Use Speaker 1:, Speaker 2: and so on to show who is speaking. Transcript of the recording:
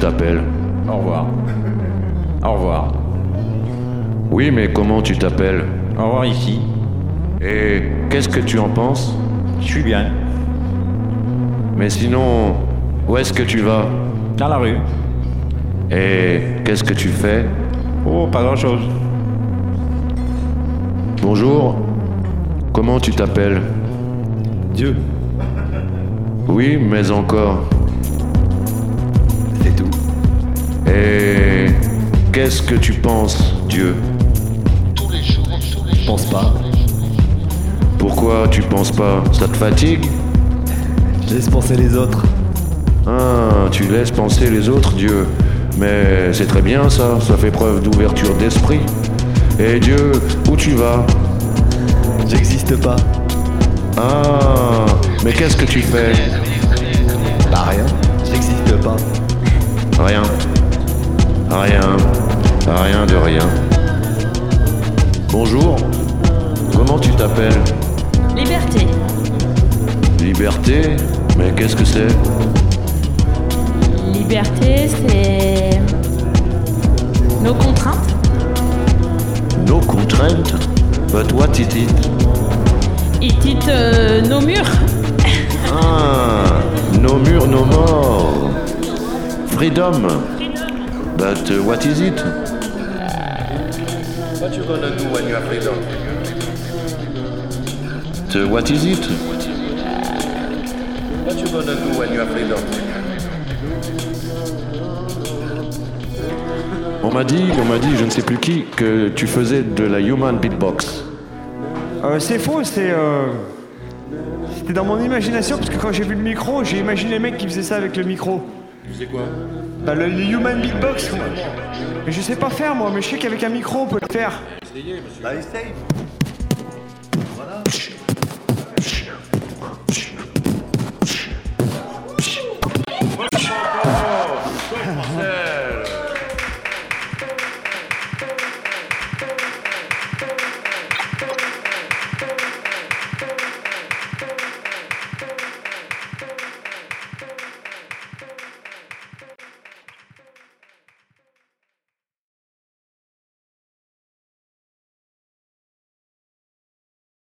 Speaker 1: t'appelles
Speaker 2: Au revoir. Au revoir.
Speaker 1: Oui, mais comment tu t'appelles
Speaker 2: Au revoir ici.
Speaker 1: Et qu'est-ce que tu en penses
Speaker 2: Je suis bien.
Speaker 1: Mais sinon, où est-ce que tu vas
Speaker 2: Dans la rue.
Speaker 1: Et qu'est-ce que tu fais
Speaker 2: Oh, pas grand-chose.
Speaker 1: Bonjour, comment tu t'appelles
Speaker 2: Dieu.
Speaker 1: Oui, mais encore.
Speaker 2: C'est tout.
Speaker 1: Et qu'est-ce que tu penses, Dieu
Speaker 3: tous les jours, tous les
Speaker 2: Je
Speaker 3: jours,
Speaker 2: pense pas.
Speaker 1: Pourquoi tu penses pas Ça te fatigue
Speaker 2: Je laisse penser les autres.
Speaker 1: Ah, tu laisses penser les autres, Dieu. Mais c'est très bien ça, ça fait preuve d'ouverture d'esprit. Et Dieu, où tu vas
Speaker 2: J'existe pas.
Speaker 1: Ah, mais qu'est-ce que tu fais
Speaker 2: Bah rien. J'existe pas.
Speaker 1: Rien. Rien. Rien de rien. Bonjour. Comment tu t'appelles
Speaker 4: Liberté.
Speaker 1: Liberté Mais qu'est-ce que c'est
Speaker 4: Liberté, c'est nos contraintes.
Speaker 1: Nos contraintes But what is it
Speaker 4: Ils titent euh, nos murs.
Speaker 1: Ah, nos murs, nos morts. Freedom. But uh, what is it
Speaker 3: What you gonna do when you are freedom?
Speaker 1: Uh, What is it
Speaker 3: What you gonna do when you are freedom?
Speaker 1: On m'a dit, on m'a dit, je ne sais plus qui, que tu faisais de la human beatbox.
Speaker 5: Euh, c'est faux, c'est. euh, C'était dans mon imagination, parce que quand j'ai vu le micro, j'ai imaginé les mecs qui faisaient ça avec le micro. Ils faisaient quoi Bah, le, le human beatbox, quoi. Mais je sais pas faire, moi, mais je sais qu'avec un micro, on peut le faire.
Speaker 3: Bah essaye.